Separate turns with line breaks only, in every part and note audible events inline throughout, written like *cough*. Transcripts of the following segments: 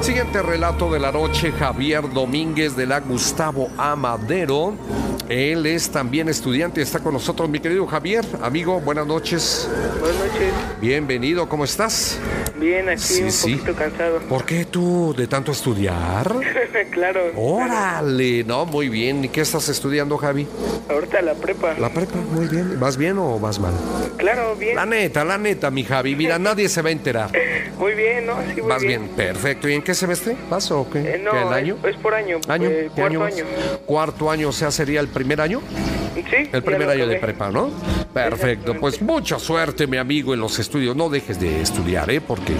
Siguiente relato de la noche, Javier Domínguez de la Gustavo Amadero. Él es también estudiante, está con nosotros mi querido Javier, amigo, buenas noches.
Buenas noches.
Bienvenido, ¿cómo estás?
Bien, aquí
Sí,
un
sí.
poquito cansado. *laughs*
¿Por qué tú de tanto estudiar?
claro.
Órale, no, muy bien. ¿Y qué estás estudiando, Javi?
Ahorita la prepa.
La prepa, muy bien. ¿Vas bien o vas mal?
Claro, bien.
La neta, la neta, mi Javi.
*laughs*
Mira, nadie se va a enterar.
Muy bien, ¿no? Sí, muy
Vas bien, perfecto. ¿Y en qué semestre vas o qué?
Eh, no,
¿Qué, el
es-
año?
Es, por año.
¿Año?
eh,
¿Qué año
cuarto
vas?
año.
Cuarto año, o sea, sería el primer año.
Sí. ya
El primer
lo
año de
acabé.
prepa, ¿no? Perfecto. Pues mucha suerte, mi amigo, en los estudios. No dejes de estudiar, ¿eh? Porque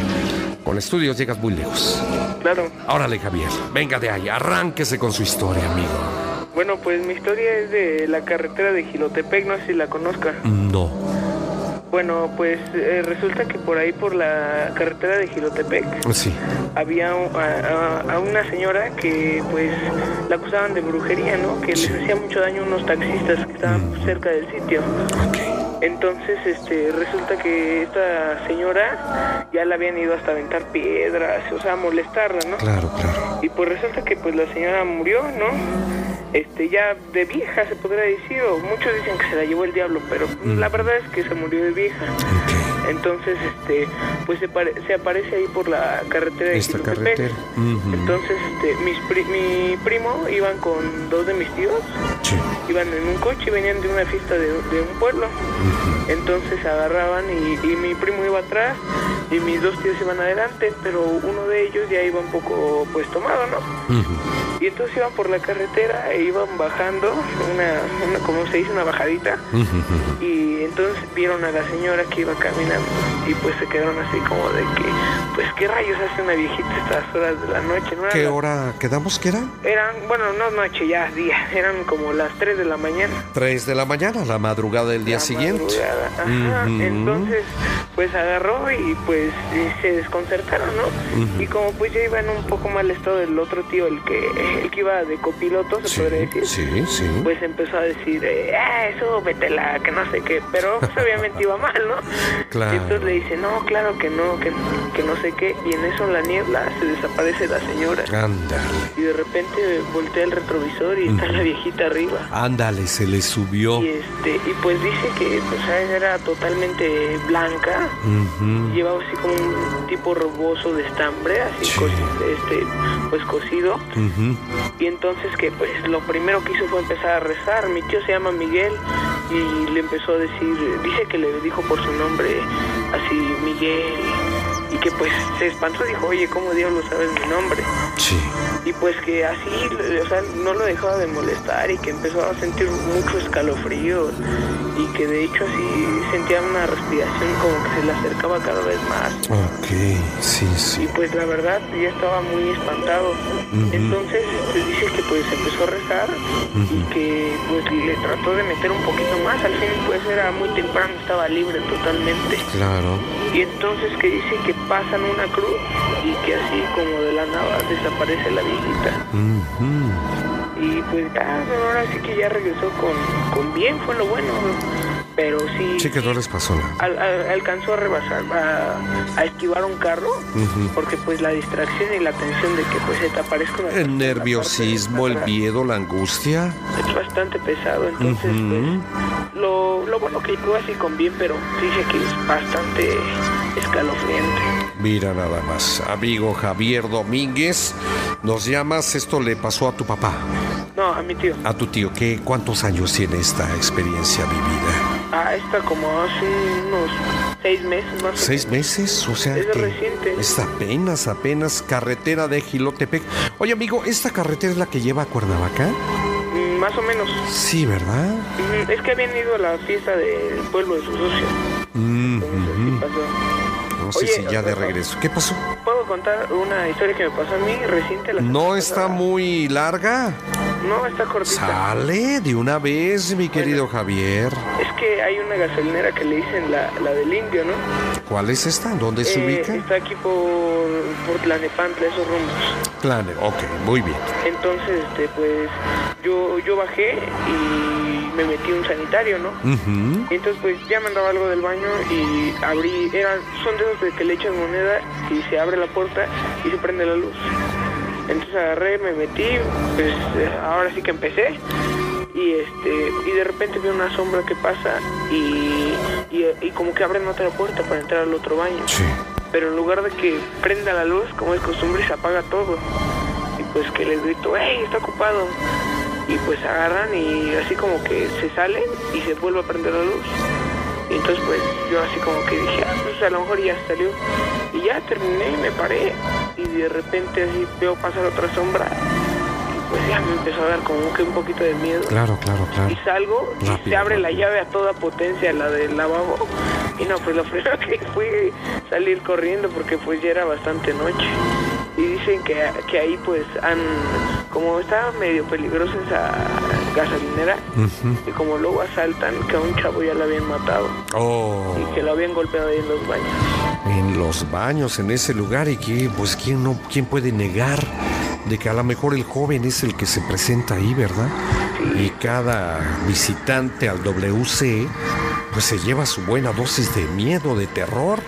con estudios llegas muy lejos.
Claro.
Órale, Javier. Venga de ahí. Arránquese con su historia, amigo.
Bueno, pues mi historia es de la carretera de Gilotepec, no sé si la conozca.
No.
Bueno, pues eh, resulta que por ahí, por la carretera de Gilotepec,
Sí.
había un- a, a- a una señora que pues la acusaban de brujería, ¿no? Que les hacía mucho daño a unos taxistas que estaban
Mm.
cerca del sitio.
Ok.
Entonces, este, resulta que esta señora ya la habían ido hasta aventar piedras, o sea, a molestarla, ¿no?
Claro, claro.
Y pues resulta que pues la señora murió, ¿no? Este, ya de vieja se podría decir, o muchos dicen que se la llevó el diablo, pero pues, la verdad es que se murió de vieja.
Ok.
Entonces, este, pues se, pare- se aparece ahí por la carretera de
Esta
Jitotepec.
carretera. Ujú.
Entonces, este, mis pri- mi primo iban con dos de mis tíos,
Sí.
iban en un coche y venían de una fiesta de, de un pueblo. Entonces agarraban y, y mi primo iba atrás y mis dos tíos iban adelante, pero uno de ellos ya iba un poco pues tomado, ¿no?
Ujú.
Y entonces iban por la carretera e iban bajando, una, una como se dice, una bajadita.
Ujú, ujú.
Y entonces vieron a la señora que iba caminando y pues se quedaron así como de que, pues qué rayos hace una viejita a estas horas de la noche, ¿no?
¿Qué
Eran-
hora quedamos que era?
Eran, bueno, no noche, ya día, eran como las 3 de la mañana.
3 de la mañana, la madrugada del día
la
siguiente.
madrugada. Ajá,
Ujú.
Entonces, pues agarró y pues y se desconcertaron, ¿no? Y como pues ya iba en un poco mal estado el otro tío, el que, el que iba de copiloto, se
Sí,
podría decir.
sí, sí.
Pues empezó a decir, eh, ah, eso, la que no sé qué, pero pues, obviamente iba mal, ¿no?
Claro.
Y entonces le dice, no, claro que no, que, que no sé qué, y en eso en la niebla se desaparece la señora.
Ándale,
Y de repente voltea el retrovisor y está la viejita arriba.
ándale, se le subió.
Y este, y pues dice que pues, ¿sabes? era totalmente blanca,
Ujú.
llevaba así como un tipo roboso de estambre, así
Sí.
co- este, pues cosido.
Ujú.
Y entonces que pues lo primero que hizo fue empezar a rezar. Mi tío se llama Miguel y le empezó a decir, dice que le dijo por su nombre así Miguel. Y que pues se espantó, dijo, oye, ¿cómo diablos sabes mi nombre?
Sí.
Y pues que así, o sea, no lo dejaba de molestar y que empezó a sentir mucho escalofrío y que de hecho así sentía una respiración como que se le acercaba cada vez más.
Ok, sí,
Y
sí.
pues la verdad ya estaba muy espantado. Entonces pues, dice que pues empezó a rezar y que pues le trató de meter un poquito más. Al fin pues era muy temprano, estaba libre totalmente.
Claro.
Y entonces que dice que pasan una cruz y que así como de la nada desaparece la viejita.
Ujú.
Y pues ya, no, ahora sí que ya regresó con, con bien, fue lo bueno. ¿no? Pero sí,
Sí que no les pasó nada.
al- al- alcanzó a rebasar, a, a esquivar un carro,
Ujú.
porque pues la distracción y la tensión de que pues se te aparezca una
El
persona
nerviosismo, el
atrás
miedo, la angustia.
Es bastante pesado, entonces
Ujú.
pues, lo, lo bueno que llegó así con bien, pero dije que es bastante escalofriante.
Mira nada más. Amigo Javier Domínguez, nos llamas, esto le pasó a tu papá,
No, a mi tío.
a tu tío. ¿Qué, ¿Cuántos años tiene esta experiencia vivida?
Ah, está como hace unos seis meses más o menos.
¿Seis meses? O sea
Es
que
reciente.
es apenas, apenas carretera de Gilotepec. Oye amigo, ¿esta carretera es la que lleva a Cuernavaca?
Mm, Más o menos.
Sí, ¿verdad?
Ujú, Es que habían ido a la fiesta del pueblo de su socio.
Mm,
Entonces,
ujú.
sí pasó.
No sé
Oye,
si ya de
Alberto.
regreso. ¿Qué pasó?
¿Puedo contar una historia que me pasó a mí reciente? La
¿No
semana
está
pasada?
muy larga?
No, está cortita.
Sale de una vez, mi querido Javier.
Es que hay una gasolinera que le dicen la, la del indio, ¿no?
¿Cuál es esta? ¿Dónde se
Eh,
ubica?
Está aquí por, por Tlanepantla, esos rumbos.
Claro, ok, muy bien.
Entonces, este, pues, yo, yo bajé y me metí un sanitario, ¿no?
Ujú.
Entonces pues ya me andaba algo del baño y abrí, eran, son de esos de que le echas moneda y se abre la puerta y se prende la luz. Entonces agarré, me metí, pues eh, ahora sí que empecé. Y este, y de repente veo una sombra que pasa y, y, y como que abren otra puerta para entrar al otro baño.
Sí.
Pero en lugar de que prenda la luz, como es costumbre, se apaga todo. Y pues que les grito, ¡Ey, está ocupado! Y pues agarran y así como que se salen y se vuelve a prender la luz. Y entonces pues yo así como que dije, ah, pues a lo mejor ya salió. Y ya terminé y me paré. Y de repente así veo pasar otra sombra. Y pues ya me empezó a dar como que un poquito de miedo
Claro, claro, claro.
y salgo y
Rápido,
se abre la
rápido.
llave a toda potencia, la del lavabo. Y no, pues lo *laughs* primero que fue salir corriendo porque pues ya era bastante noche. Y dicen que, que ahí pues han, como está medio peligrosa esa gasolinera, y como luego asaltan que a un chavo ya lo habían matado
Oh,
y que lo habían golpeado ahí en los baños.
en los baños, en ese lugar, y que, pues, ¿quién, no, ¿quién puede negar de que a lo mejor el joven es el que se presenta ahí, verdad? Y cada visitante al WC, pues se lleva su buena dosis de miedo, de terror.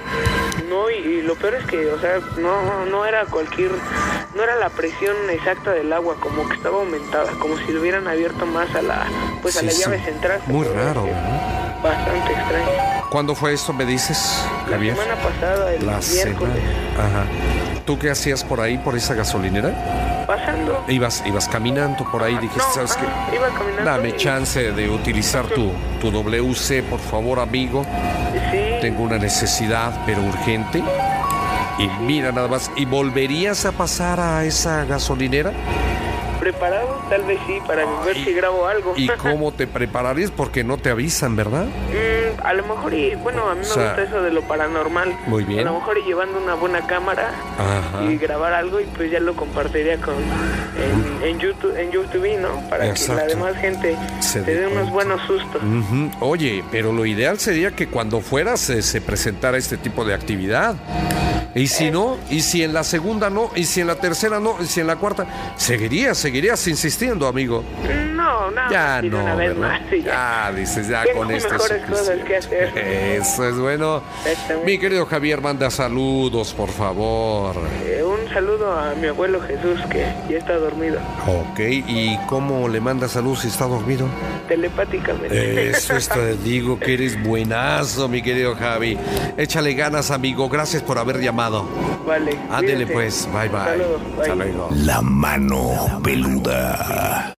No, y, y lo peor es que, o sea, no, no, no era cualquier, no era la presión exacta del agua, como que estaba aumentada, como si lo hubieran abierto más a la, pues a
Sí,
la
sí.
llave central.
Muy
pero
raro,
es
¿verdad?
Bastante extraño.
¿Cuándo fue esto, me dices,
La
Javier?
semana pasada, el
La semana.
miércoles,
Ajá. ¿Tú qué hacías por ahí, por esa gasolinera?
pasando.
Ibas, ibas caminando por ahí, dijiste,
Ah, no,
¿sabes qué?
ajá, iba caminando
Dame
y-
chance de utilizar tu, tu WC, por favor, amigo.
Sí,
Tengo una necesidad, pero urgente. Y mira nada más, ¿y volverías a pasar a esa gasolinera?
preparado, tal vez sí, para ver si grabo algo.
Ah,
*laughs*
¿Y cómo te prepararías? Porque no te avisan, ¿verdad?
Mm, a lo mejor, y, bueno, a mí me
O sea,
gusta eso de lo paranormal.
muy bien.
A lo mejor y llevando una buena cámara
Ajá.
y grabar algo y pues ya lo compartiría con en, en YouTube, en YouTube, ¿no? Para
Exacto.
que la demás gente
Se
se,
dé
dé unos
cuenta.
buenos sustos.
Ujú. Oye, pero lo ideal sería que cuando fueras eh, se presentara este tipo de actividad. Y si no, y si en la segunda no, y si en la tercera no, y si en la cuarta, seguirías, seguirías insistiendo, amigo.
No, no,
Ya no,
una vez
¿verdad?
más. Ah, sí, ya.
Ya dices, ya
Tengo
con esto es
mejores cosas
suficiente.
que hacer.
Eso es bueno.
Exactamente.
Mi querido Javier, manda saludos, por favor.
Eh, un saludo a mi abuelo Jesús que ya está dormido
Ok, ¿y cómo le manda saludos si está dormido?
telepáticamente.
Eso es, te digo que eres buenazo, mi querido Javi. Échale ganas, amigo. Gracias por haber llamado.
*laughs* vale.
Ándele pues,
cuídense.
bye bye.
Hasta luego, bye.
Hasta luego.
La mano peluda.